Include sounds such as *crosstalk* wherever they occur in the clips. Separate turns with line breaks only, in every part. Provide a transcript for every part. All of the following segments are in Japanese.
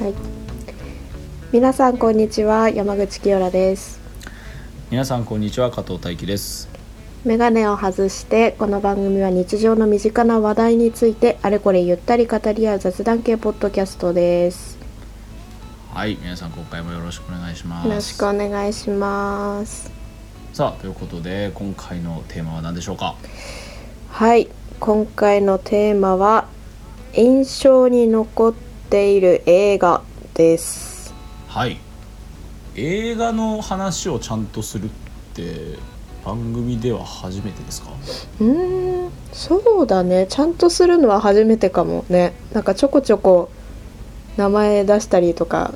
はい。皆さんこんにちは山口清良です。
皆さんこんにちは加藤大輝です
メガネを外してこの番組は日常の身近な話題についてあれこれゆったり語り合う雑談系ポッドキャストです。
はい皆さん今回もよろしくお願いします
よろしくお願いします。
さあということで今回のテーマは何でしょうか
はい、今回のテーマは印象に残っている映画です。
はい映画の話をちゃんとするって番組では初めてですか
うーん、そうだね。ちゃんとするのは初めてかもね。なんかちょこちょこ名前出したりとか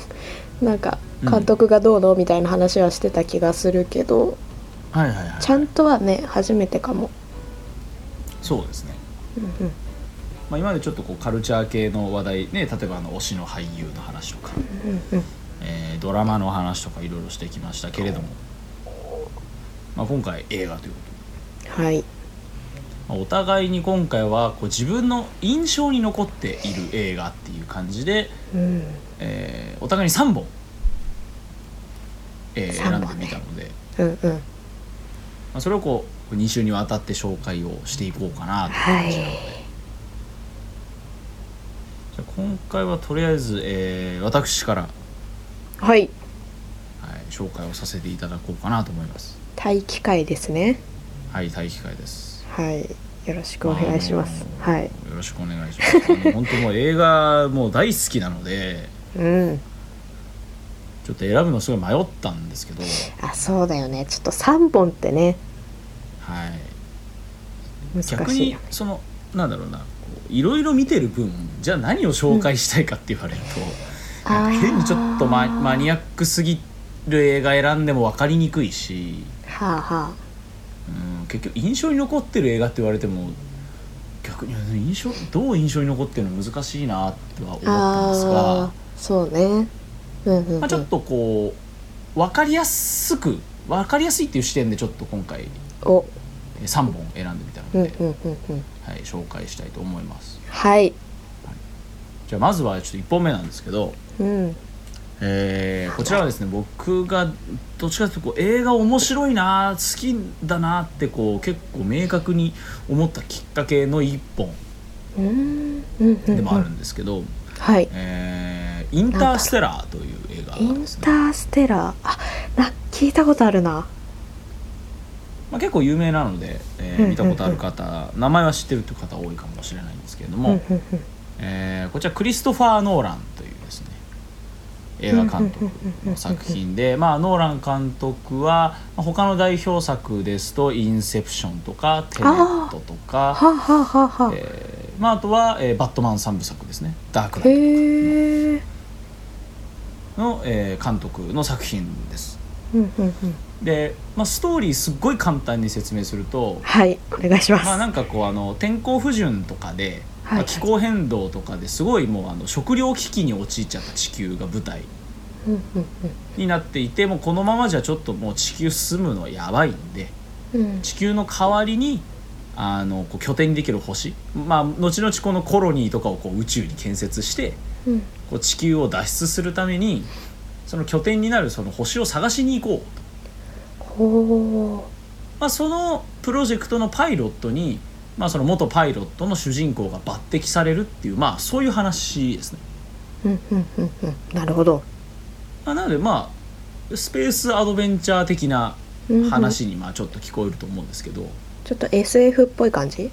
*laughs* なんか監督がどうのみたいな話はしてた気がするけど、
はいはいはい
ちゃんとはね初めてかも。
そうですね、
うんうん
まあ、今までちょっとこうカルチャー系の話題ね例えばあの推しの俳優の話とか、
うんうん
えードラマの話とかいろいろしてきましたけれども、まあ、今回映画ということで
はい。
まあお互いに今回はこう自分の印象に残っている映画っていう感じで、
うん。
えーお互いに3本、えー
三
選
本
ん
ね
でみたので、
うんうん。
まあ、それをこう2週にわたって紹介をしていこうかなと
はい。
じゃあ今回はとりあえず、えー私から、は
はい。
い、紹介をさせていただこうかなと思います
待機会ですね。
はい大機会です
はい。よろしくお願いします。
あのー
はい。
よろしくお願いしますあの本当もう映画もう大好きなので
うん。
ちょっと選ぶのすごい迷ったんですけど
あ、そうだよね。ちょっと三本ってね
はい
難
逆
しい
に
よ。
そのなんだろうなこういろいろ見てる分じゃあ何を紹介したいかって言われると、なんか変にちょっとマ
あー
マニアックすぎる映画選んでも分かりにくいし、
はあはあ。
うん、結局印象に残ってる映画って言われても逆にうん印象どう印象に残ってるの難しいなとは思ったんですが
あーそうねうんうん、うん
まあ、ちょっとこう分かりやすく分かりやすいっていう視点でちょっと今回
お
3本選んでみたの
う
で、
んうんうんうん
はい、紹介したいと思います。
はい
じゃあまずはちょっと1本目なんですけど、
うん
えーこちらはですね僕がどっちかというとこう映画面白いな好きだなってこう結構明確に思ったきっかけの1本
うんうんうん
でもあるんですけど「
はい
えーインターステラー」という映画
イン
です
タ
ね、
ーステラーあな聞いたことあるな
まあ、結構有名なので、えー
うん
見たことある方名前は知ってるという方多いかもしれないんですけれど
うんう
も
ん、うん
えーこちらクリストファー・ノーランというですね映画監督の作品で、まあ、ノーラン監督はまあ他の代表作ですと「インセプション」とか「テネット」と
はあ、
か
はあはあはあ
えーまあ、あとは、えーバットマン」3部作ですね「ダークナイ
へえ
トの」えー監督の作品です。
うんうんうん
で、まあ、ストーリーすっごい簡単に説明すると、
はいお願いします、
まあ、なんかこうあの天候不順とかで、
はい
まあ気候変動とかですごいもうあの食糧危機に陥っちゃった地球が舞台。
うんうん
になっていてもうこのままじゃちょっともう地球進むのはやばいんで
うんうん
地球の代わりにあのこう拠点にできる星まあ後々このコロニーとかをこう宇宙に建設して
うん
こう地球を脱出するためにその拠点になるその星を探しに行こうと、
ほ
まあ、そのプロジェクトのパイロットに、まあ、その元パイロットの主人公が抜擢されるっていうまあそういう話ですね。
ううんうんうんうんなるほど
まあ、なのでまあスペースアドベンチャー的な
うんうん
話にまあちょっと聞こえると思うんですけど、
ちょっと SF っぽい感じ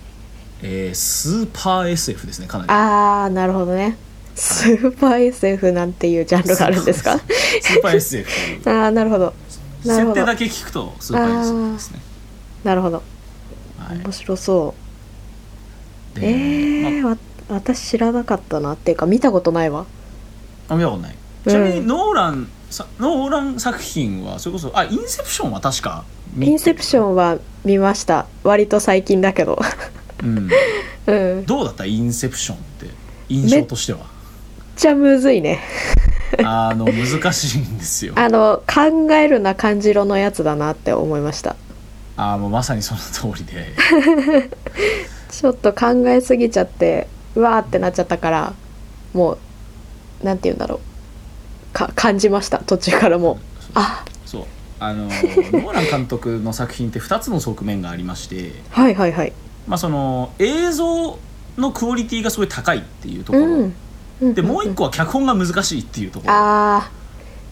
えースーパー SF ですねかなり
あーなるほどねスーパー SF なんていうジャンルがあるんですか
スーパー SF という
あーなるほど *laughs* なるほ
設
ど
定だけ聞くとスーパー SF ですね、
なるほど
はい、
面白そう
で
えー、
ま
わ私知らなかったなっていうか見たことないわ
あ見たことない
うん
ちなみにノーランさノーラン作品はそれこそあインセプションは確か
インセプションは見ました割と最近だけど *laughs*
ョン、うん、
うんめっ
どうだったインセプションって印象としては
ちゃむずいね
あの難しいんですよ
あの考えるな感じろのやつだなって思いました
あもうまさにその通りで
ちょっと考えすぎちゃってうわーってなっちゃったからもうなんて言うんだろうか感じました途中からもうあ
そうあのノーラン監督の作品って2つの側面がありまして、
はいはいはい
まあ、その映像のクオリティがすごい高いっていうところ、
うんん
でもう一
ん
個は脚本が難しいっていうところ
あー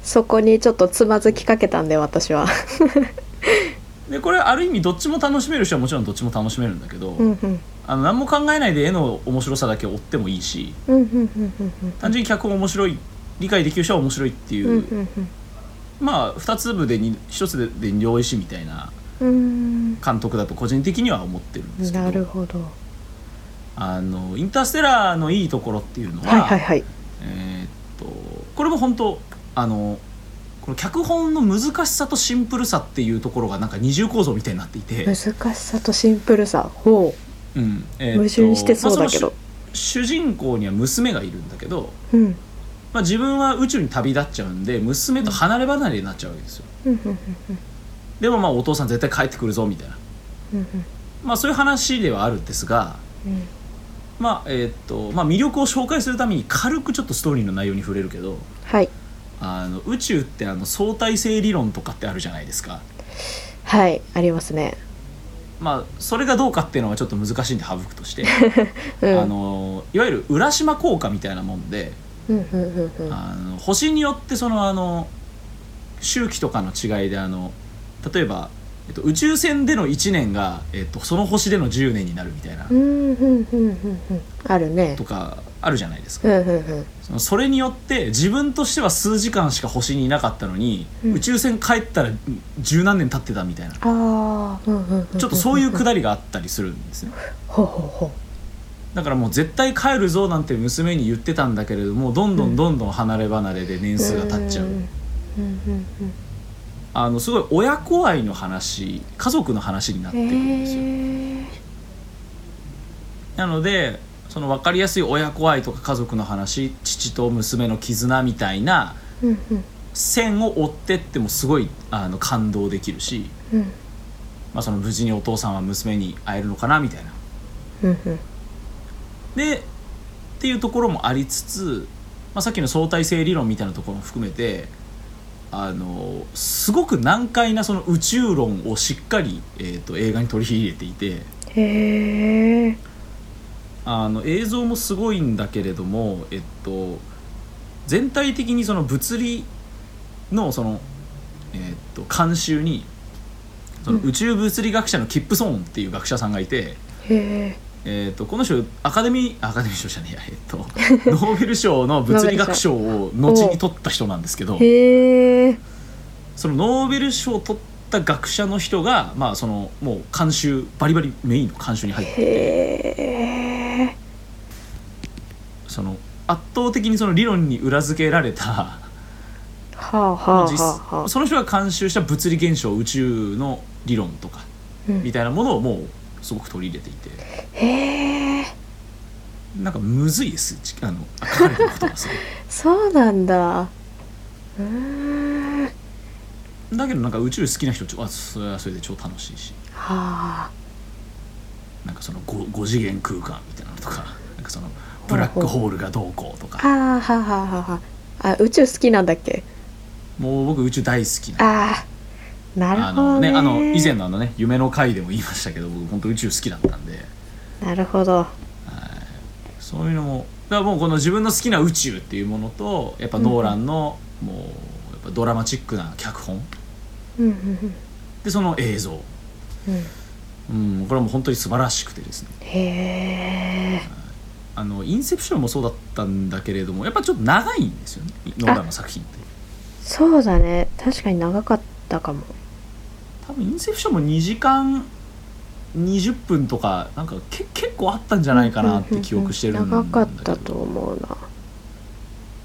そこにちょっとつまずきかけたんで私は
でこれある意味どっちも楽しめる人はもちろんどっちも楽しめるんだけど、
うんうん
あの何も考えないで絵の面白さだけ追ってもいいし
うんうんうんうん
単純に脚本面白い理解できる人は面白いっていう、
うんうん
まあ2つ部でに1つで両石みたいな
うん
監督だと個人的には思ってるん
う
で
ん
すけど
なるほど
あのインターステラーのいいところっていうのは、
はいはいはい
えーっとこれも本当あのこの脚本の難しさとシンプルさっていうところがなんか二重構造みたいになっていて、
難しさとシンプルさほう
うんえーっ
矛
と
盾してそうだけど
まあ、その主主人公には娘がいるんだけど、
うん
まあ、自分は宇宙に旅立っちゃうんで娘と離れ離れになっちゃうわけですよ
うんうんうん
でもまあお父さん絶対帰ってくるぞみたいな、
うん
まあ、そういう話ではあるんですが、
うん
まあえーっとまあ、魅力を紹介するために軽くちょっとストーリーの内容に触れるけど
はい
あの宇宙ってあの相対性理論とかってあるじゃないですか。
はいありますね
まあ、それがどうかっていうのはちょっと難しいんで省くとして、
うん
あのいわゆる浦島効果みたいなもんで、
うんうんうんうん
あの星によってそのあの周期とかの違いであの例えば、えっと、宇宙船での1年が、えっと、その星での10年になるみたいな、
うんうんうんうんうんあるね
とかあるじゃないです
う
か、
んうんうん
そのそれによって自分としては数時間しか星にいなかったのに、
うん
宇宙船帰ったら十何年経ってたみたいな、
ああ、うんうんうんうん
ちょっとそういうくだりがあったりするんですね。
ほうほうほう
だからもう絶対帰るぞなんて娘に言ってたんだけれどもどんどんどんどん離れ離れで年数が経っちゃう、
んうんうんうん
あのすごい親子愛の話家族の話になってくるんですよ、
へ
なのでその分かりやすい親子愛とか家族の話父と娘の絆みたいな
ーうんうん
線を追ってってもすごいあの感動できるし、
うん
まあ、その無事にお父さんは娘に会えるのかなみたいな
うんうん
でっていうところもありつつ、まあ、さっきの相対性理論みたいなところも含めてあのすごく難解なその宇宙論をしっかり、えー、と映画に取り入れていて
へえ
あの映像もすごいんだけれども、えっと、全体的にその物理のその、えー、と監修にその
うん
宇宙物理学者のキップソーンっていう学者さんがいて。
へ
えー、とこの人アカデミーアカデミー賞じゃねえや、え *laughs* ー、とノーベル賞の物理学賞を後に取った人なんですけど
えへえ
そのノーベル賞を取った学者の人が、まあ、そのもう監修バリバリメインの監修に入って
へえ
その圧倒的にその理論に裏付けられた
はあはあは
実
あはあ
その人が監修した物理現象宇宙の理論とか
うん
みたいなものをもうすごく取り入れていて
へえ
なんかむずいですちあの書かれてることがすごい。
そうなんだうーんは
だけどなんか宇宙好きな人ちょあそれはそれで超楽しいし。
あ
なんかその 5, 5次元空間みたいなのとかなんかそのブラックホールがどうこうとか
はあはあはあはああ宇宙好きなんだっけ
もう僕宇宙大好きな
ああなるほ
の
どね
ねあの以前のあのね夢の回でも言いましたけど僕本当宇宙好きだったんで
なるほど
そういうのもだからもうこの自分の好きな宇宙っていうものとやっぱノーランのもうやっぱドラマチックな脚本
うんうんうん
でその映像
うん
うんこれはもう本当に素晴らしくてですね
へえ
あのインセプションもそうだったんだけれどもやっぱちょっと長いんですよねノーランの作品って
そうだね確かに長かったかも
多分インセプションも2時間20分とかなんかけ結構あったんじゃないかなって記憶してるんだけど
長かったと思うな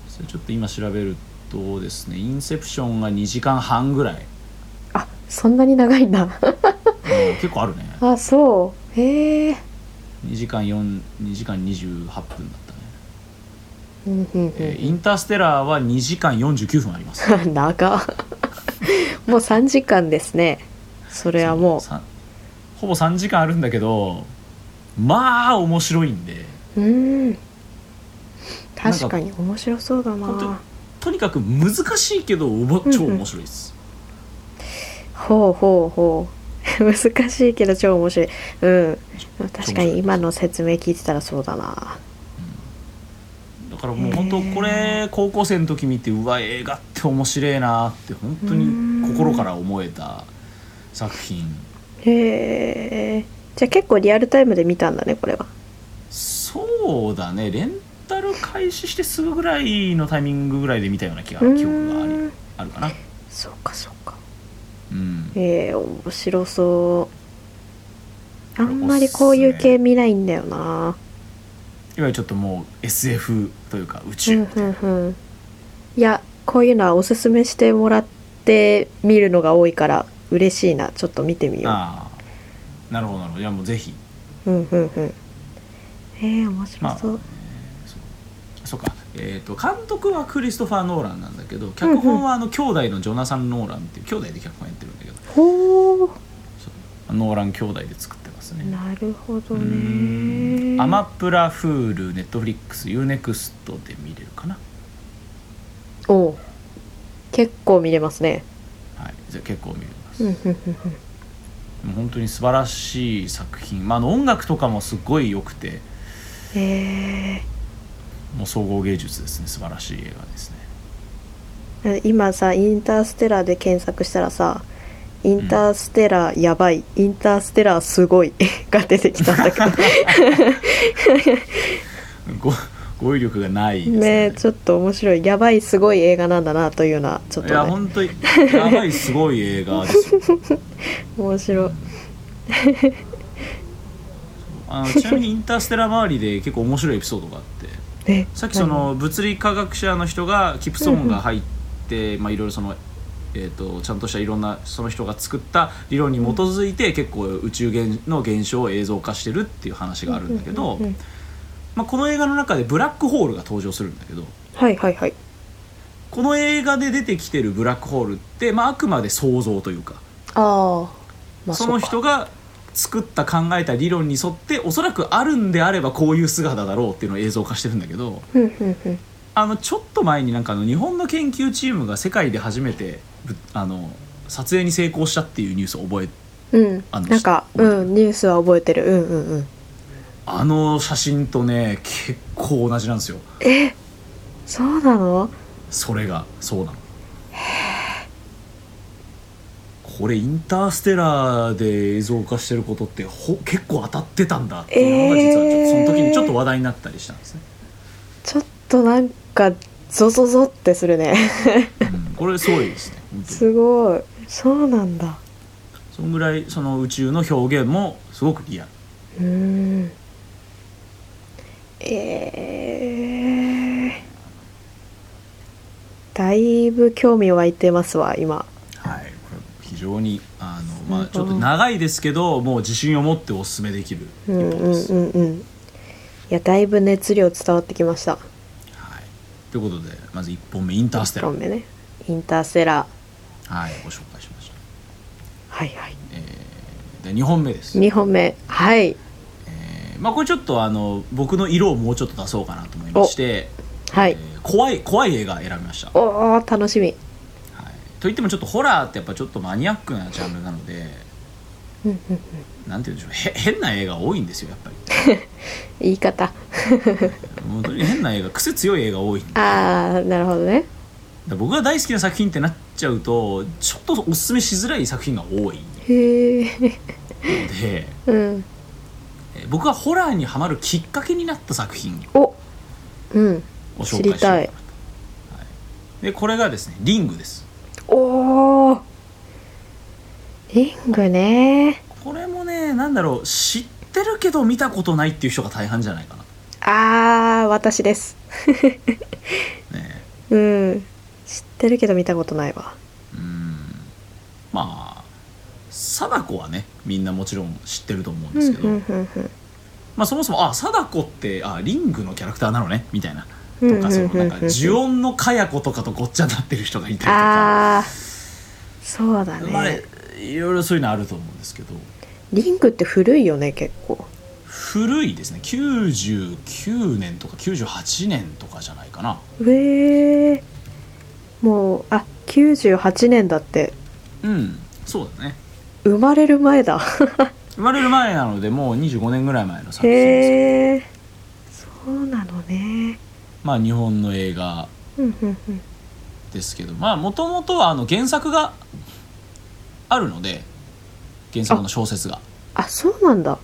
それちょっと今調べるとですねインセプションが2時間半ぐらい、
あそんなに長いんだ
うん結 *laughs* 構あるね
あそうへえ
2時間42時間28分だったね、
うんうんうん
えーインターステラーは2時間49分あります
*laughs* 長もう3時間ですねそれはも
さんほぼ3時間あるんだけどまあ面白いんで
ううーん
なんか
確かに面白そうだ
本当に
な
とにかく難しいけどおも
うん
超面白いです、
ほうほう *laughs* ほう難しいけど超面白いうん確かに今の説明聞いてたらそうだな
だからもう本当これ高校生の時見てうわ映画って面白いなって本当に心から思えた作品
へえじゃあ結構リアルタイムで見たんだねこれは
そうだねレンタル開始してすぐぐらいのタイミングぐらいで見たような気が
うーん
記憶がありあるかな
そうかそうか
うん
ええ面白そうあんまりこういう系見ないんだよな
今ちょっともう SF というか宇
う
宙、
んうんうんいやこういうのはおすすめしてもらって見るのが多いから嬉しいなちょっと見てみよう
ああなるほどなるほどいやもうぜひ
うんうんうん。えー、面白そう。
そうか、えー、と監督はクリストファー・ノーランなんだけど脚本はあの兄弟のジョナサン・ノーランっていう兄弟で脚本やってるんだけど
ほう、
そうノーラン兄弟で作ってますね
なるほど
うー
ね
ん。アマプラ、フール、ネットフリックス、ユーネクストで見れるかな。
おう結構見れますね。
はい、じゃあ結構見れます。
うんう
も
んうん
う本当に素晴らしい作品。まあ、あの音楽とかもすごい良くて、
うん。え
もう総合芸術ですね。素晴らしい映画ですね。 *laughs*
ー、今さ、インターステラーで検索したらさ、インターステラーやばい、インターステラーすごい *laughs* が出てきたんだ
*laughs*
け
ご語彙力がないです
ど、
ね。
ね、ちょっと面白い、やばいすごい映画なんだなというのは、ちょっ
いや
と、ね、
本当にやばいすごい映画ですよ。
面白い。
あのちなみにインターステラー周りで結構面白いエピソードがあって。
え、
さっきその物理科学者の人がキプソンが入って、まあいろいろその、えー、とちゃんとしたいろんなその人が作った理論に基づいて結構宇宙現の現象を映像化してるっていう話があるんだけど、
うんうんうん
まあ、この映画の中でブラックホールが登場するんだけど
はいはいはい。
この映画で出てきてるブラックホールって、まあ、あくまで想像というか、
ああ、まあ
その
うか
人が作った考えた理論に沿っておそらくあるんであればこういう姿だろうっていうのを映像化してるんだけど。
うんうんうん。
あのちょっと前になんかあの日本の研究チームが世界で初めてぶあの撮影に成功したっていうニュースを覚え
うん、
あの
なんか、
覚えてる
うん、ニュースは覚えてる。うんうんうん。
あの写真とね結構同じなんですよ
そうなの？
それがそうなのこれインターステラーで映像化してることってほ結構当たってたんだっていうのが実はちょっとその時にちょっと話題になったりしたんですね、
ちょっとなんかゾゾゾってするね。 *laughs*
うんこれすごいですね本当に
すごい。そうなんだ。
そんぐらいその宇宙の表現もすごくリアル
うーん。えー。だいぶ興味湧いてますわ今。
はい、これ非常にあの、まあ、
す
ち
ご
ょ
い
っと長いですけどもう自信を持っておすすめできる
うん
一本
う
で
ん
す。
うんうん。いやだいぶ熱量伝わってきました。
はい、ということでまず1本目インターステラ
本
ー、
目ね。インターステラー。
はい、ご紹介しました、
はいはい。
えーで2本目です、え
二本目はい
ーまあ、これちょっとあの僕の色をもうちょっと出そうかなと思いまして、
は
え
い。
ー怖い怖い映画選びました、はい、
おお楽しみ。
といってもちょっとホラーってやっぱちょっとマニアックなジャンルなので
うんうん。
なんて言うんでしょうへ変な映画多いんですよやっぱり
言い方
本当に変な映画癖強い映画多いんで
ああなるほどね
僕が大好きな作品ってなっちゃうとちょっとおすすめしづらい作品が多い
へえ
ので
うん
え僕がホラーにはまるきっかけになった作品
おうん
を
知
紹
り
介しようか
た
なと
い
でこれがですね「リング」です
おおリングね
これもねなんだろう知ってるけど見たことないっていう人が大半じゃないか
あー私です
なね
うん知ってるけど見たことないわ
うんまあ貞子はねみんなもちろん知ってると思うんですけど、
うん
まあ、そもそもあ貞子ってあリングのキャラクターなのねみたいな
うんうん
とかそのなん
う
か
んうん
呪音のかや子とかとごっちゃになってる人がいたりとか
あーそうだね、
まあいろいろそういうのあると思うんですけど
リングって古いよね結構
古いですね99年とか98年とかじゃないかな
うえーもうあ98年だって
うんそうだね
生まれる前だ
生まれる前なのでもう25年ぐらい前の作品ですけ
へえそ
ど
うなのね
まあ日本の映画
うんうんうん
ですけどまあもともとはあの原作があるので原作の小説が
あそうなんだ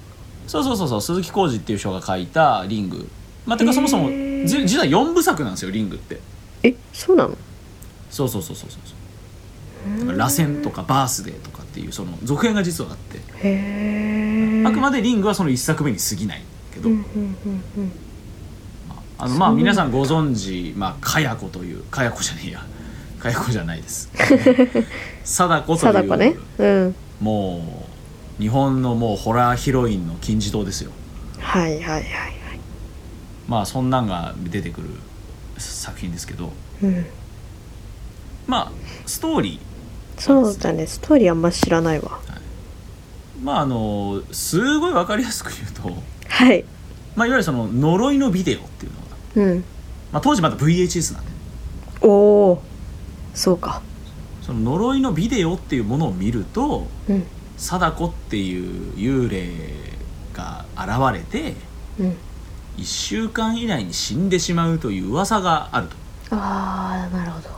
そうそうそうそう鈴木浩二っていう人が書いた「リング」まあてかそもそも
へー
じ実は4部作なんですよ「リング」って
えそうなの
そうそうそうそうそうだから螺旋とかバースデーとかっていうその続編が実はあって
へえ
あくま
で
で「リング」はその1作目に過ぎないけど、
うんうんうんうん
あのまあ
そう
皆さんご存知まあかや子というかや子じゃねえやかや子じゃな
*laughs*
いです貞子とい
貞
う
子ねうん
もう日本のもうホラーヒロインの金字塔ですよ
はいはいはいはい
まあそんなんが出てくる作品ですけど
うん
まあストーリ
そうだねストーリーあんま知らないわ
ーまああのすごい分かりやすく言うと、
はい
まあ、いわゆるその呪いのビデオっていうのが、
うん
まあ、当時まだ VHS なんで
おおそうか
その呪いのビデオっていうものを見ると
うん
貞子っていう幽霊が現れて
うん
1週間以内に死んでしまうという噂があると
ああなるほど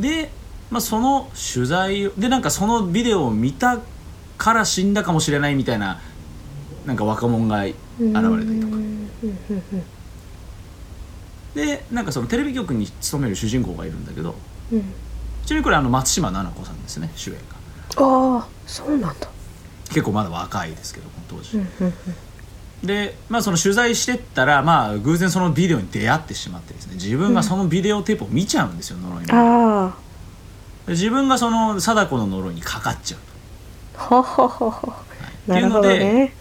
で、まあ、その取材をでなんかそのビデオを見たから死んだかもしれないみたいななんか若者が現れたりとか
うんうんうんうん
でなんかそのテレビ局に勤める主人公がいるんだけど
うん
ちなみにこれあの松島菜々子さんですね主演が
ああそうなんだ
結構まだ若いですけどこの当時、
うんうんうん
で、まあ、その取材してったら、まあ、偶然そのビデオに出会ってしまってですね自分がそのビデオテープを見ちゃうんですよ呪いの、で
あ
自分がその貞子の呪いにかかっちゃう
あはははは
と、
な
ってい
る
う
ほ
の
ど
で、
ね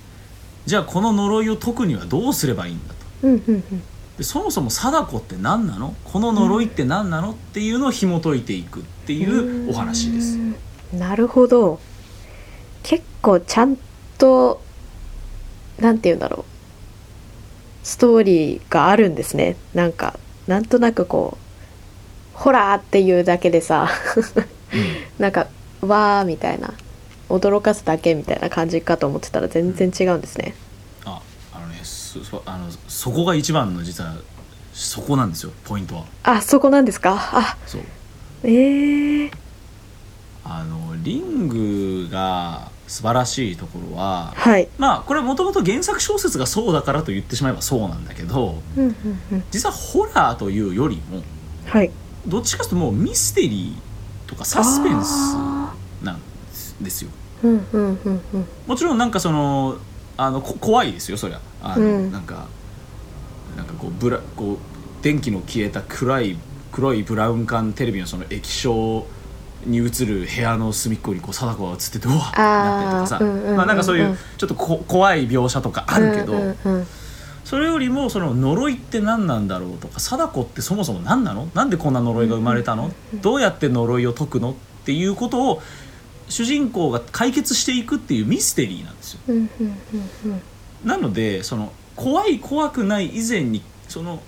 じゃあこの呪いを解くにはどうすればいいんだと
うんうんうん
でそもそも貞子って何なのこの呪いって何なのっていうのを紐解いていくっていうお話です
う。ーんなるほど結構ちゃんとなんて言うんだろうストーリーがあるんですねなんかなんとなくこうホラーっていうだけでさ *laughs* なんかわーみたいな驚かすだけみたいな感じかと思ってたら全然違うんですね
ああのねそそあのそこが一番の実はそこなんですよポイントは。
あそこなんですかあ
そう
えー、
あのリングが素晴らしいところは
はい
まあこれはもともと原作小説がそうだからと言ってしまえばそうなんだけど
うんうんうん
実はホラーというよりも
はい
どっちかというともうミステリーとかサスペンス
あ
なんですよ。
ーうんうんうんうん
もちろんなんかそのあのこ怖いですよそりゃあの、
うん
なんかなんかこうブラこう電気の消えた暗い黒いブラウン管テレビのその液晶に映る部屋の隅っこにこう貞子が映っててうわっってなったりとかさ、
あーうんうんうんうん
まあ、なんかそういうちょっとこ怖い描写とかあるけど、
うんうんうん
それよりもその呪いって何なんだろうとか貞子ってそもそも何なのなんでこんな呪いが生まれたの、どうやって呪いを解くのっていうことを主人公が解決していくっていうミステリーなんですよ。
うんうんうんうん
なのでその怖い怖くない以前にその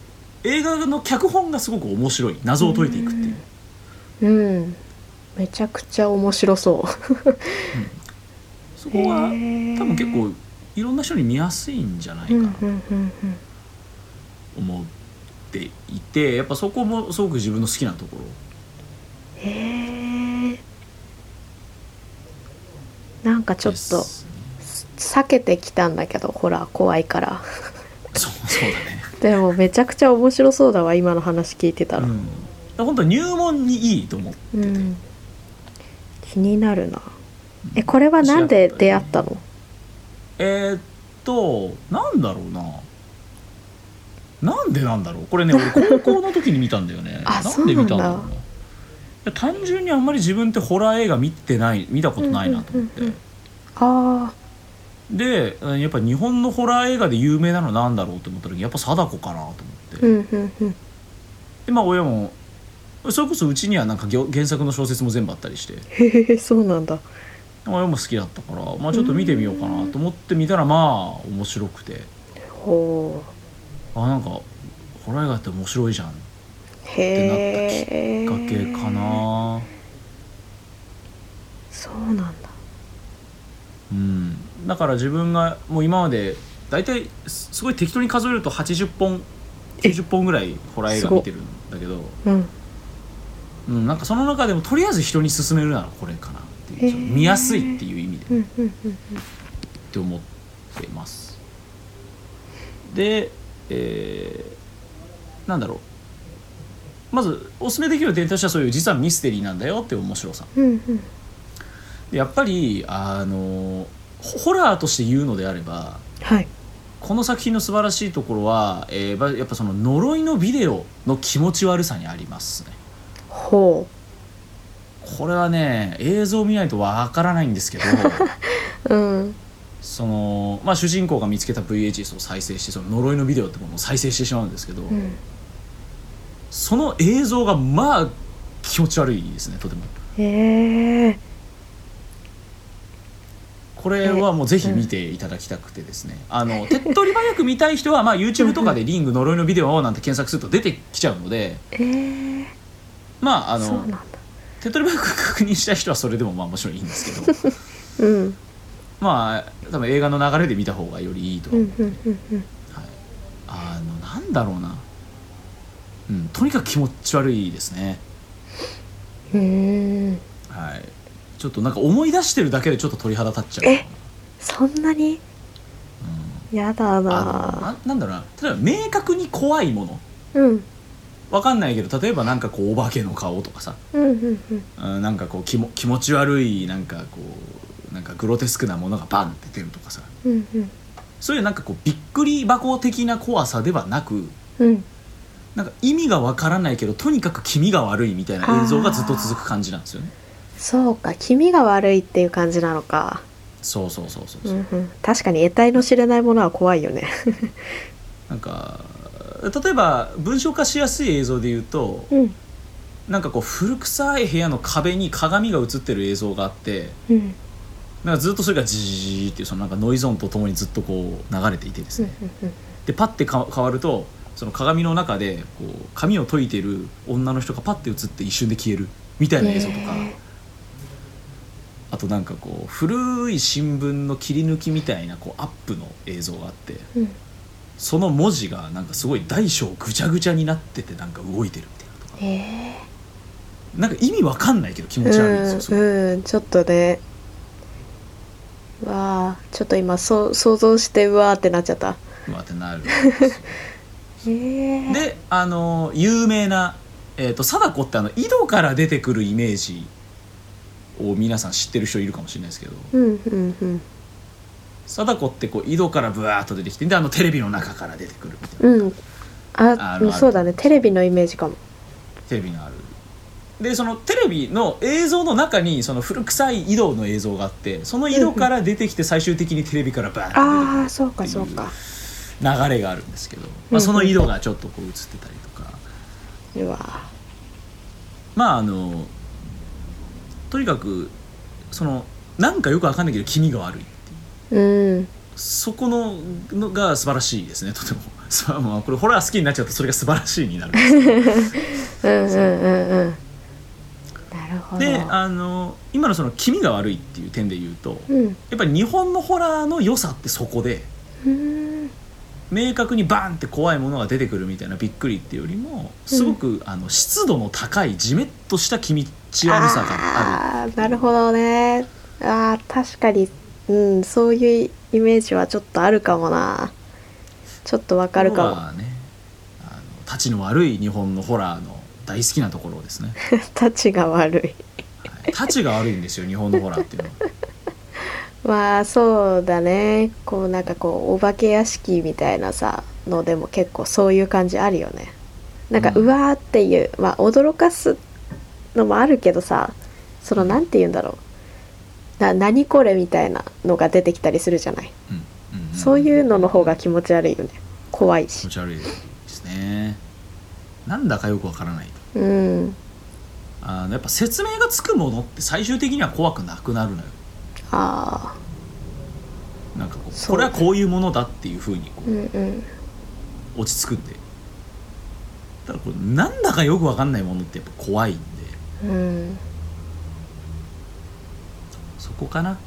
映画の脚本がすごく面白い謎を解いていくっていう、
うんめちゃくちゃ面白そ。
そうこは
へー
多分結構いろんな人に見やすいんじゃないか
うんう
なん
うんうん。
と思っていてやっぱそこもすごく自分の好きなところ
へえ。なんかちょっ
です
と
ね
避けてきたんだけど、ほら怖いから。
そうそうだ
で
ね、
もめちゃくちゃ面白そうだわ今の話聞いてた
う
ら。
ん、だから本当入門にいいと思って
う
て、
ん。気になるな。えこれはなんで出会ったの？
えー、っとなんだろうななんでなんだろうこれね俺高校の時に見たんだよね
*laughs* あ
なんで見たんだろう
そうなん
ないや単純にあんまり自分ってホラー映画見てない見たことないなと思って、
うんうんあ
でやっぱ日本のホラー映画で有名なのなんだろうと思った時やっぱ貞子かなと思って、
あ。うんうんうん。
でまあ親もそれこそうちにはなんかぎょ原作の小説も全部あったりして
へえそうなんだ。
まあ絵も好きだったから、まあ、ちょっと見てみようかなと思って見たらまあ面白くて
ほ
あなんかホラー映画って面白いじゃん
うへえ
きっかけかな、
そうなんだ
うん、だから自分がもう今まで大体すすごい適当に数えると80本90本ぐらいホラー映
す
画
ごっ
見てるんだけど、
うん
うん、なんかその中でもとりあえず人に勧めるならこれかなってい
へー
うその見やすいっていう意味で
うんうんうん
って思ってますで、えーなんだろうまずおすすめできる点としてはそういう実はミステリーなんだよっていう面白さ
うんうん
でやっぱりあのホホラーとして言うのであれば
はい
この作品の素晴らしいところは、えーばやっぱその呪いのビデオの気持ち悪さにありますね
ほ
これはね映像を見ないとわからないんですけ
*laughs*
ど
ううん
その、まあ、主人公が見つけた VHS を再生してその呪いのビデオってものを再生してしまうんですけど、
うん
その映像がまあ気持ち悪いですねとても
へえ
これはもうぜひ見ていただきたくてですね、あの手っ取り早く見たい人は、まあ、YouTube とかで「リング呪いのビデオ」なんて検索すると出てきちゃうので
ええ
まああ
そう
の
なんだ
手っ取り早く確認したい人はそれでもまあもちろんいいんですけ
*laughs*
ど
うん
まあ多分映画の流れで見た方がよりいいと
う
は思う、
んうんうんうん
はい、あのなんだろうな、うん、とにかく気持ち悪いですね
うーん
はいちょっとなんか思い出してるだけでちょっと鳥肌立っちゃう
えそんなにやだ
うん、あ
な
のななんだろうな例えば明確に怖いもの
うん
わかんないけど例えばなんかこうお化けの顔とかさ、
うんうんうん
うん、なんかこう気も気持ち悪いなんかこうなんかグロテスクなものがバンって出るとかさ
うんうん
そういうなんかこうびっくり箱的な怖さではなく
うん
なんか意味がわからないけどとにかく気味が悪いみたいな映像がずっと続く感じなんですよね
そうか気味が悪いっていう感じなのか、
そうそうそうそう
う
そうん
うん、確かに得体の知れないものは怖いよね
なんか例えば文章化しやすい映像で言うと
うん
なんかこう古臭い部屋の壁に鏡が映ってる映像があって
うん
なんかずっとそれがジージーっていうそのなんかノイズ音とともにずっとこう流れていてですねでパッてか変わるとその鏡の中でこう髪を解いてる女の人がパッて映って一瞬で消えるみたいな映像とか、
ね
あとなんかこう古い新聞の切り抜きみたいなこうアップの映像があって
うん
その文字がなんかすごい大小ぐちゃぐちゃになっててなんか動いてるみたいなとか
え
なんか意味わかんないけど気持ち悪いんですよす
う
ごい
んうんちょっとねわあちょっと今そう想像してうわーってなっちゃった
うわってなるんですよ
えー、
であの有名な、えー、と貞子ってあの井戸から出てくるイメージを皆さん知ってる人いるかもしれないですけど
うんうんうん
貞子ってこう井戸からブワーッと出てきてであのテレビの中から出てくるみたいな、
うん
あ
あ
るある
そうだねテレビのイメージかも
テレビのあるでそのテレビの映像の中にその古臭い井戸の映像があってその井戸から出てきて最終的にテレビからバーッと
ああそうかそうか
流れがあるんですけど、
うんう
まあ、
ん
その井戸がちょっとこう映ってたりとか
うわ
まああのとにかくそのなんかよくわかんないけど気味が悪いっていう
うん
そこののが素晴らしいですねとても *laughs* そうまあこれホラー好きになっちゃうとそれが素晴らしいになるんですけど
うんうんうんうんなるほど
であの今のその気味が悪いっていう点で言うと、や
うん
っぱり日本のホラーの良さってそこで
うん
明確にバーンって怖いものが出てくるみたいなびっくりっていうよりもすごく、あの湿度の高いジメッとした気味ち悪さがあ
あ
る
ーなるほどねあー確かに、うん、そういうイメージはちょっとあるかもなちょっとわかる *laughs*
の
か
はねあのたちの悪い日本のホラーの大好きなところですね
もたちが悪い *laughs*
はいたちが悪いんですよ日本のホラーっていうのは
まあそうだねこうなんかこうお化け屋敷みたいなさのでも結構そういう感じあるよねなんか
うん
うわーっていう、まあ驚かすのもあるけどさそのなんて言うんだろうな何これみたいなのが出てきたりするじゃない
うんうんん
そういうのの方が気持ち悪いよね怖い
気
し
持ち悪いですねなんだかよくわからないと
うん
あのやっぱ説明がつくものって最終的には怖くなくなるのよ
ああ
なんかこう
そう
これはこういうものだっていうふうにこ
うんうん
う落ち着くんでただこれなんだかよくわかんないものってやっぱ怖いんで
うん
そこかな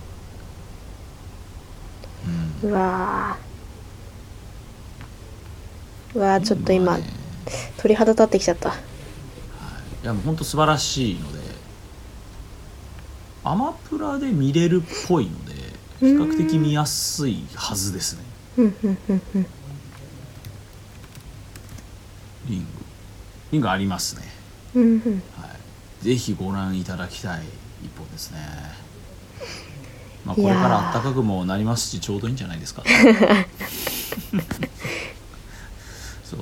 うん
うわーうわーちょっと
まあ
今
ね
鳥肌立ってきちゃった
いやもう本当素晴らしいのでアマプラで見れるっぽいので比較的見やすいはずですね
うんうんうんうん
リングリングありますね、
うんうん
はい、ぜひご覧いただきたい一本ですねまあ
い
これ
やー
から暖かくもなりますしちょうどいいんじゃないで
*laughs*
すかそう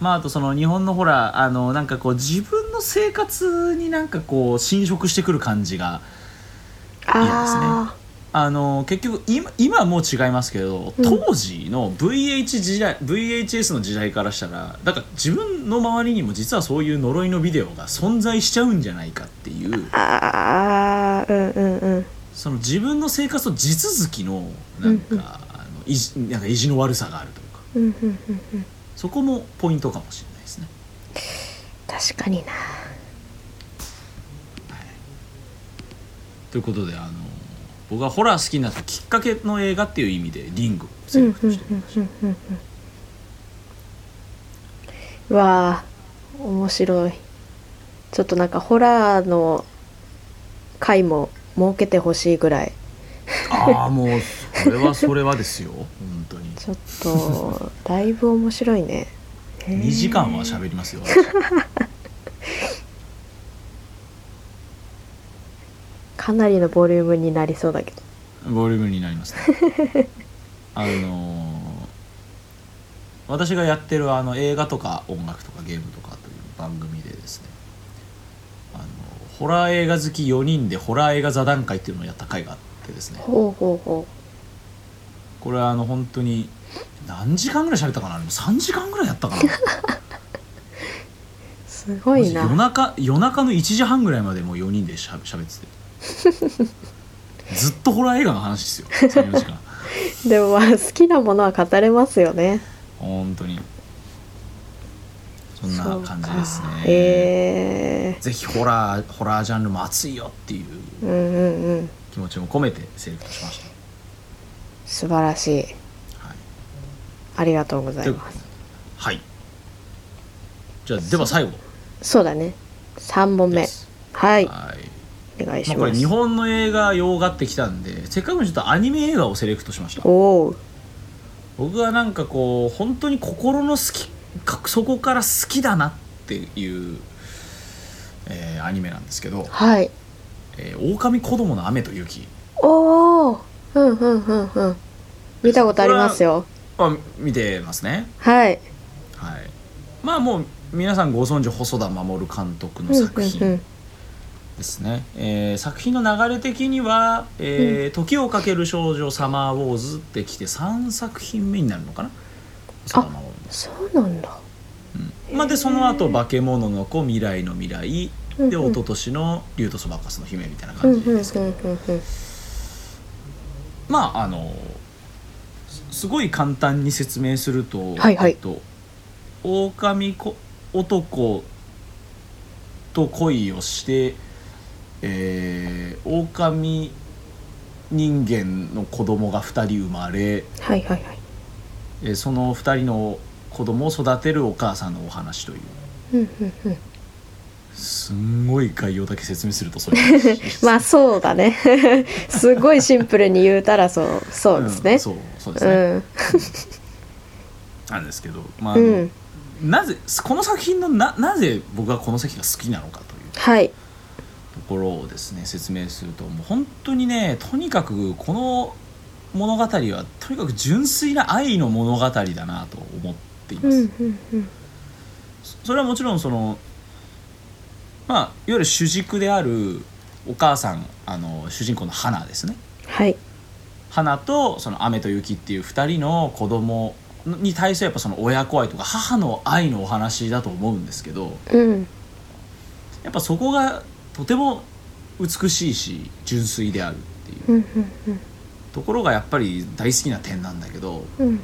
まああとその日本のほらあのなんかこう自分の生活になんかこう侵食してくる感じが
あ
あの結局今今はもう違いますけど
うん
当時の VH 時代、VHS の時代からしたらだから自分の周りにも実はそういう呪いのビデオが存在しちゃうんじゃないかっていう
あああうんうんうん
その自分の生活と地続きのなんか,、
うんうん
あの意地なんか意地の悪さがあるというか
うんうんうんうん
そこもポイントかもしれないですね。
確かにな
ということであの僕がホラー好きになったきっかけの映画っていう意味でリングをセレクトしてみました。
うわあ面白いちょっとなんかホラーの回も設けてほしいぐらい
ああもうそれはそれはですよ本当に
ちょっとだいぶ面白い *laughs* ねへー
2時間は喋りますよ私
かなりのボリュームになりそうだけど
ボリュームになりますね
*laughs*
あのー私がやってるあの映画とか音楽とかゲームとかという番組でですねあのホラー映画好き4人でホラー映画座談会っていうのをやった回があってですね
ほうほうほ
これはあの本当に何時間ぐらい喋ったかなあれも3時間ぐらいやったかな
うすごい
マジ夜
な
中夜中の1時半ぐらいまでもう4人でしゃしゃべって
*laughs*
てずっとホラー映画の話ですよ34時間
でもまあ好きなものは語れますよね
本当にそんな感じですね
そうかへえ
ぜひホラーホラージャンルも熱いよっていう
うんうんうん
気持ちも込めてセレクトしまし
素晴らしい
たはい、
ありがとうござい
というこ
ま
と
す
ではいじゃあでは最後
そうだね3本
で
目
す
はい
はい
お願い
ま
し
あ、これ
ます
日本の映画洋画ってきたんでせっかくのちょっとアニメ映画をセレクトしました
おお
僕はなんかこう本当に心の好きかそこから好きだなっていう、えーアニメなんですけど
はい
「えー、狼子供の雨と雪
おおうんうんうんうん見たことありますよ」
あ見てますね
はい
はいまあもう皆さんご存知細田守監督の作
うんう
品
ん
ですね、えー作品の流れ的には、えー時をかける少女サマーウォーズ」ってきて3作品目になるのかな細田守の
そうなんだ
まあ、でその後化け物の子」「未来の未来」で
うんうん
一昨年の「竜とそばかすの姫」みたいな
うん
感
うんう
じ
んうん
ですけど、
うん
まああのすすごい簡単に説明すると、
はいはい
えっと、狼こ男と恋をして、えー、狼人間の子供が2人生まれ、
はいはいはい
えーその2人の子供を育てるお母さんのお話という
うんうんうん
すんごい概要だけ説明するとそういう話で
*laughs*
す
まあそうだねすごいシンプルに言うたらそうそうですね
んそうそうです
う
ね、
ん
なんですけど、まああ
う
の
ん
なぜこの作品のななぜ僕がこの作品が好きなのかという
はい
ところをですね説明するともう本当にねとにかくこの物語はとにかく純粋な愛の物語だなと思っています、
うんうんうん
そそれはもちろんそのまあいわゆる主軸であるお母さんあの主人公の花ですね
はい
花とその雨と雪っていう2人の子供に対するやっぱその親子愛とか母の愛のお話だと思うんですけど
うん
やっぱそこがとても美しいし純粋であるってってい
う
う
んうん
ところがやっぱり大好きな点なんだけど
うん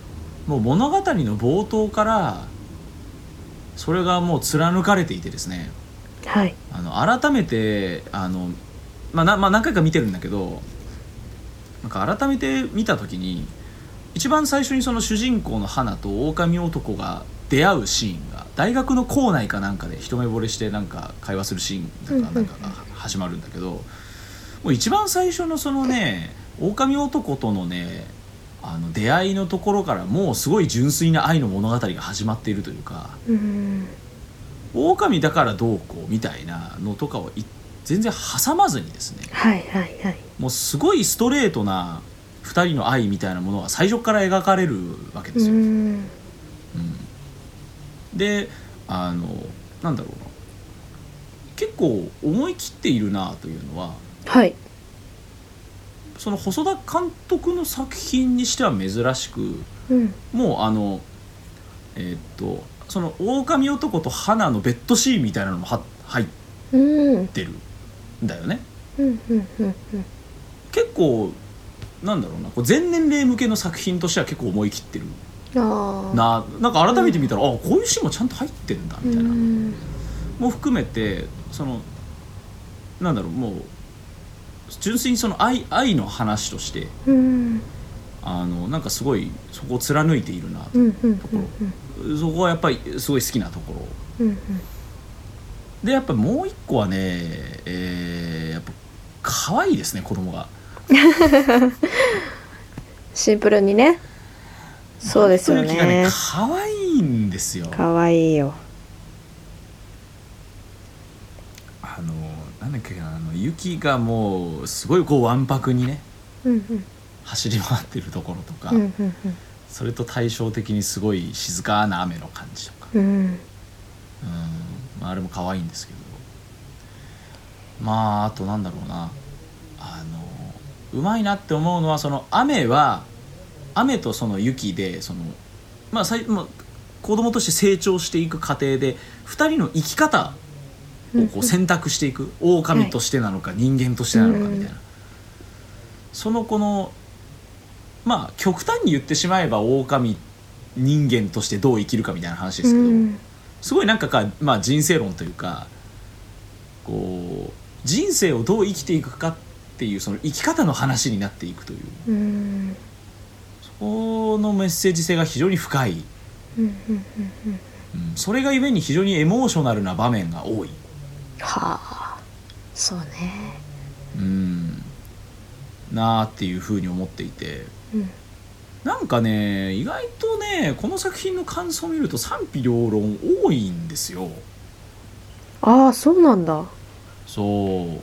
もう物語の冒頭からそれがもう貫かれていてですね
はい
あの改めてあの、まあなまあ、何回か見てるんだけどなんか改めて見た時に一番最初にその主人公の花と狼男が出会うシーンが大学の校内かなんかで一目惚れしてなんか会話するシーンかなんかが始まるんだけど、もう一番最初のそのね狼男とのねあの出会いのところからもうすごい純粋な愛の物語が始まっているというか。
うん
狼だからどうこうみたいなのとかをい全然挟まずにですね
はいはいはい
もうすごいストレートな2人の愛みたいなものが最初から描かれるわけで
う
すよ。
ん
うんであのなんだろうな結構思い切っているなというのは
はい
その細田監督の作品にしては珍しく
うん
もうあのえーっとその狼男と花のベッドシーンみたいなのもは入っ
うん
てるんだよね。
うんうんうん
結構なんだろうなこう全年齢向けの作品としては結構思い切ってる
うんああ
ななんか改めて見たら、あこういうシーンもちゃんと入ってんだみたいな、
うん
も含めてそのなんだろうもう純粋にその愛愛の話として
うん
あのなんかすごいそこを貫いているな
う
と、
んうん
ころそこはやっぱりすごい好きなところ
うんうん
でやっぱもう一個はね、えーやっぱ可愛いですね子供が。
シンプルにねそうですよ
なんという気がね
ね
可愛いんですよ。
かわいいよ
あのなんだっけなあの雪がもうすごいこうわんぱくにね
うん
走り回ってるところとか、
うんうんうん
それと対照的にすごい静かな雨の感じとか、
うんうん
うんまあ、あれも可愛いんですけどまああとなんだろうなあのうまいなって思うのはその雨は雨とその雪でそのまあ最まあ子供として成長していく過程で2人の生き方をこう選択していく狼としてなのか人間としてなのかみたいな、
うん
そのこのまあ極端に言ってしまえば狼人間としてどう生きるかみたいな話ですけど、
うん
すごいなんかか、まあ、人生論というかこう人生をどう生きていくかっていうその生き方の話になっていくという
うん
そこのメッセージ性が非常に深い、
うんうん
うんそれがゆえに非常にエモーショナルな場面が多い。
はあそうね
うんなあっていうふうに思っていて
うん
なんかね意外とねこの作品の感想を見ると賛否両論多いんですよ
ああそうなんだ
そう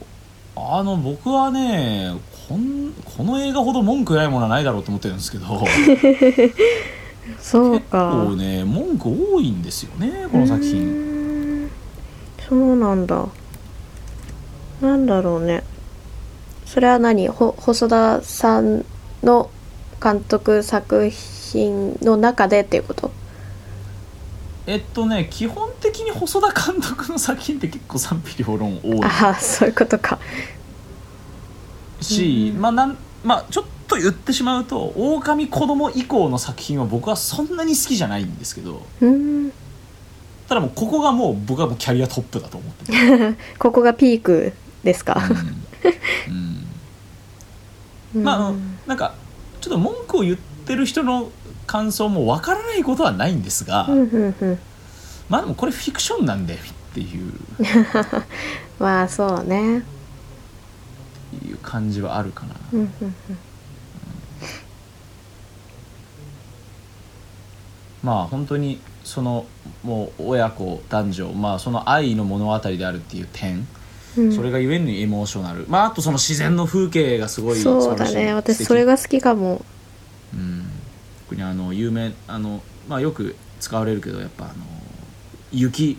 あの僕はねこんこの映画ほど文句ないものはないだろうと思ってるんですけど結
そうか
構ね文句多いんですよねこの作
う
品
ーんそうなんだなんだろうねそれは何ほ細田さんの監督作品の中でっていうこと
えっとね基本的に細田監督の作品って結構賛否両論多い
ああそういうことか
し、
うん
まあなんまあちょっと言ってしまうと「狼子供以降の作品は僕はそんなに好きじゃないんですけど
うーん
ただもうここがもう僕はもうキャリアトップだと思ってて、
ここがピークですか、
うん
うん
まああのなんかちょっと文句を言ってる人の感想もわからないことはないんですが、
うんうんうん
まあでもこれフィクションなんでっていう
まあそうね
いう感じはあるかな。
うんうんうん
まあ本当にそのもう親子男女、まあ、その愛の物語であるっていう点
うん
それがゆえにエモーショナル、まあ、あとその自然の風景がすごい
そうだ
素晴らし
ね
い
私
素敵
それが好きかも
うん特にあの有名あの、まあ、よく使われるけどやっぱあの雪、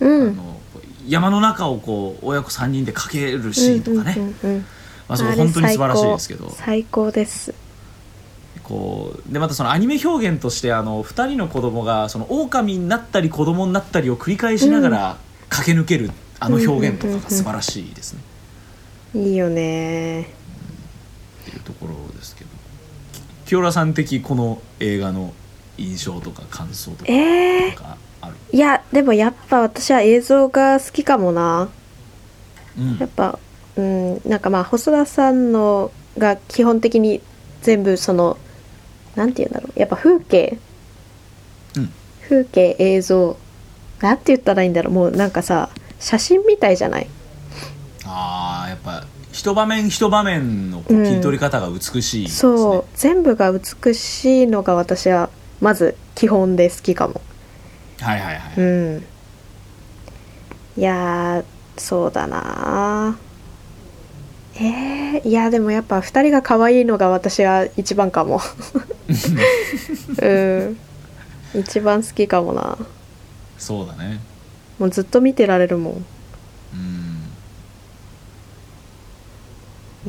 うん
あの山の中をこう親子3人で駆けるシーンとかね、
うんうんうんうん
まあ、そこ
あれ
本当に素晴らしいですけど
最高最高です
こうでまたそのアニメ表現としてあの2人の子供がその狼になったり子供になったりを繰り返しながら駆け抜けるあの表現とか
うんうんうんう
が
ん
素晴らしいですね。
いいよね
っていうところですけど清良さん的この映画の印象とか感想とか
え
なん
ー
かある、
いやでもやっぱ私は映像が好きかもな
うん
やっぱうんなんかまあ細田さんのが基本的に全部そのなんて言うんだろうやっぱ風景
うん
風景映像なんて言ったらいいんだろうもうなんかさ写真みたいじゃない
あーやっぱ一場面一場面のこう
うん
切り取り方が美しいですね、
そう全部が美しいのが私はまず基本で好きかも
はいはいはい、
うんいやーそうだなーえー、いやでもやっぱ2人が可愛いのが私は一番
*laughs*
かもうん一番好きかもな
そうだね
もうずっと見てられるも
うん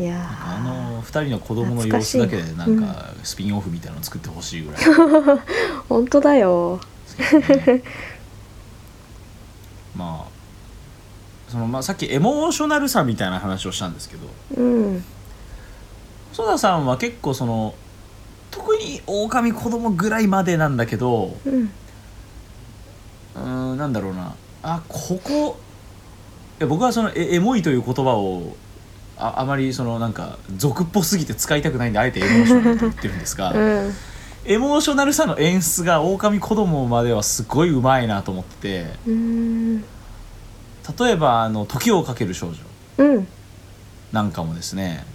んいや
あの二人の子供の様子だけでなん
懐
かスピンオフみたいなの作ってほしいぐらい
ー本当だよ
ですけ
*laughs*
どねまあそのまあさっきエモーショナルさみたいな話をしたんですけど
うん
細田さんは結構その特に狼子供ぐらいまでなんだけど
うん
うーんなんだろうなあここいや僕はそのえエモいという言葉をああまりそのなんか俗っぽすぎて使いたくないんであえてエモーショナルと言ってるんですが、
*laughs* うん
エモーショナルさの演出が狼子供まではすごいうまいなと思ってて
うん
例えばあの「時をかける少女
うん」
なんかもですね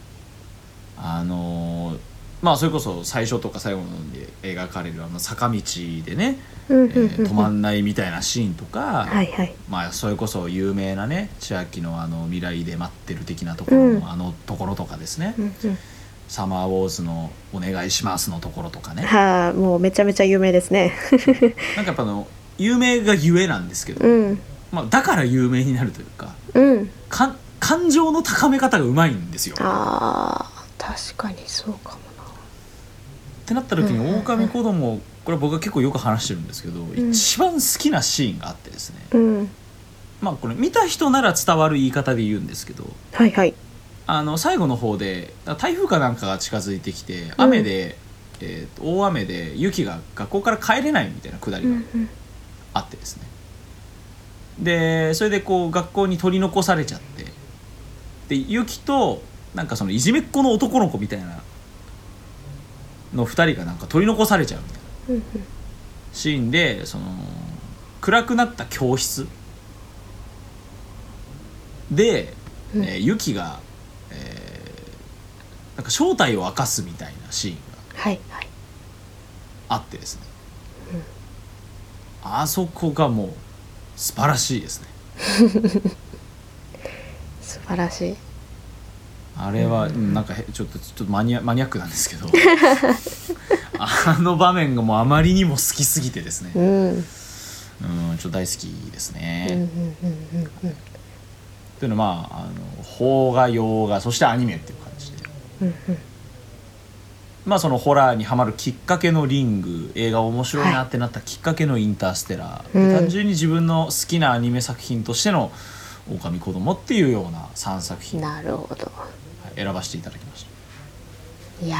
あのーまあそれこそ最初とか最後の方で描かれるあの坂道でね、
うん
え
*laughs*
ー止まんないみたいなシーンとか、
はいはい
まあそれこそ有名なね千秋のあの未来で待ってる的なところ
うん
のあのところとかですね、
うんうん
サマーウォーズの「お願いします」のところとかね
はあもうめちゃめちゃ有名ですね
なんかやっぱあの有名がゆえなんですけど、
うん
まあ、だから有名になるというか
うん
かん感情の高め方がうまいんですよ。っ
あー確かにそうかも
てなった時に
うんうんうん
狼子供これ僕は結構よく話してるんですけど、
ん
一番好きなシーンがあってですね
なうん
まあこれ見た人なら伝わる言い方で言うんですけど
はいはい
あの最後の方で台風かなんかが近づいてきて雨で、えーと大雨で雪が学校から帰れないみたいなくだりがあってですね、でそれでこう学校に取り残されちゃってでユキとなんかそのいじめっ子の男の子みたいなの2人がなんか取り残されちゃうみたいな
うん
シーンでその暗くなった教室で、
うん
えーユキが、えーなんか正体を明かすみたいなシーンが
はいはい
あってですね、あそこがもう素晴らしいですね
素晴らしい
あれは、うんなんかへちょっとちょっとマニアマニアックなんですけど *laughs* あの場面がもうあまりにも好きすぎてですね
う、んうん
うん、ちょっと大好きですね。
うんうんうん
というのはまああの邦画洋画そしてアニメっていう感じで、
うん
まあ、そのホラーにはまるきっかけのリング映画面白いなってなったきっかけのインターステラー、で
うん
単純に自分の好きなアニメ作品としての「狼子供っていうような3作
うん
品、は
な
い
るほど
選ばせていただきました
いや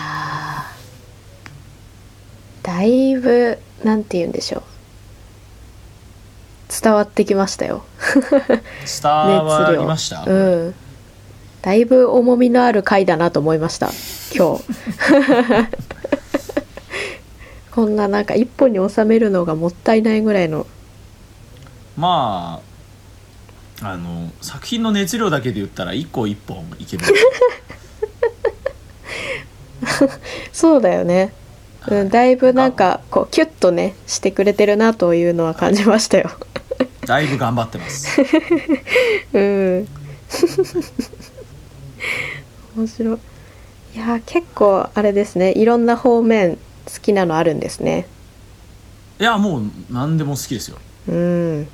ーだいぶなんて言うんでしょう伝わってきましたよ
スターはありました、
うんだいぶ重みのある回だなと思いました今日 *laughs* こんななんか一本に収めるのがもったいないぐらいの
まああの作品の熱量だけで言ったら1個1本い
*laughs*
ける
そうだよね、
は
う
い
ん、だいぶなんかこうキュッとねしてくれてるなというのは感じましたよ
だいぶ頑張ってます
うん面白いいやー結構あれですねいろんな方面好きなのあるんですね
いやもう何でも好きですよ
うん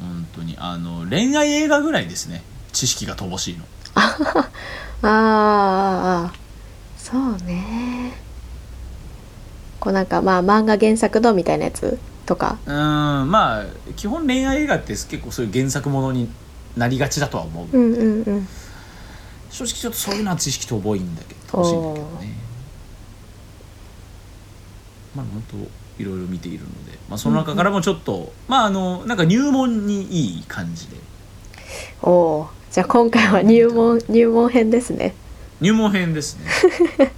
本当にあの恋愛映画ぐらいですね知識が乏しいの
あーあーあーそうねこうなんかまあ漫画原作のみたいなやつとか
うーんまあ基本恋愛映画って結構そういう原作ものになりがちだとは思う、
うんうんうん
正直ちょっとそういうのは知識遠いんだけど欲しいんだけどねまあ本当いろいろ見ているので、まあ、その中からもちょっと、まああのなんか入門にいい感じで
おおじゃあ今回は入門入門編ですね
入門編で
*laughs*
すね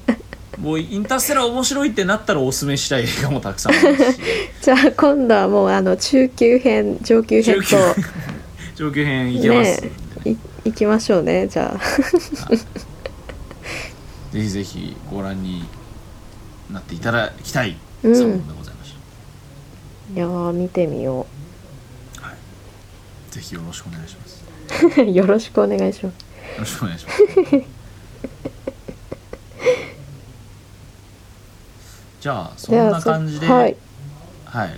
もうインターステラー面白いってなったらおすすめしたい映画もたくさんあるし
*laughs* じゃあ今度はもうあの中級編上級編
上級 *laughs* 編
と
上級編いけます、
ねい *laughs* いきましょうねじゃあ
ぜひぜひご覧になっていただきたい
うん
作品でございまし
いやー見てみよ
た、はい、ぜひよろしくお願いしますよ
う *laughs* よろしくお願いします
ろしくお願いし
*laughs*
ますじゃあそんな感じで、
は
はいい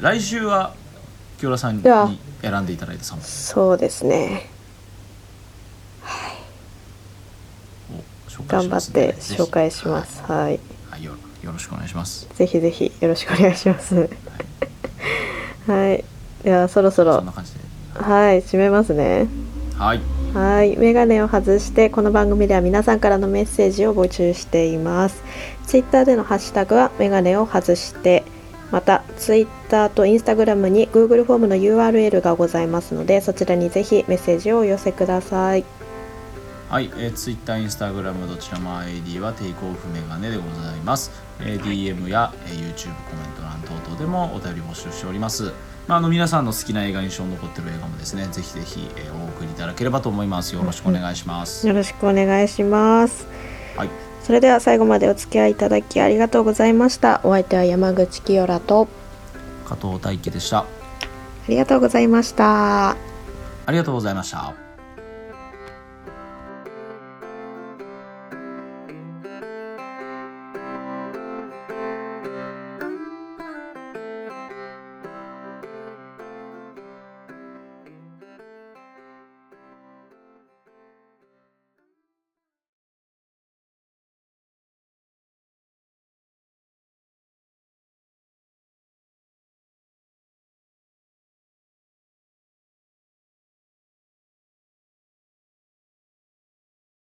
来週は清良さんに
じゃあ
選んでいただいた3本
そうですね
を紹介
頑
し
張
ま
っ
すので
て紹介しま、
ぜ
すはい
ひはいはい、よよろしくお願いします
ぜひぜひよろしくお願いします *laughs* はいではそろそ
そ
ろ
んな感じで
はい締めますね
はい
はい、メガネを外してこの番組では皆さんからのメッセージを募集しています。ツイッターでのハッシュタグはメガネを外して、またツイッターとインスタグラムに Google フォームの URL がございますので、そちらにぜひメッセージをお寄せください。
はい、えー、Twitter、Instagram どちらも ID はテイクオフメガネでございます。えー DM や、えー YouTube コメント欄等々でもお便り募集しております。まあ、あの皆さんの好きな映画、印象に残ってる映画もですね、ぜひぜひ、えーお送りいただければと思います。よろしくお願いします。
よろしくお願いします。
はい、
それでは最後までお付き合いいただきありがとうございました。お相手は山口清良と
加藤大輝でした。
ありがとうございました。
ありがとうございました。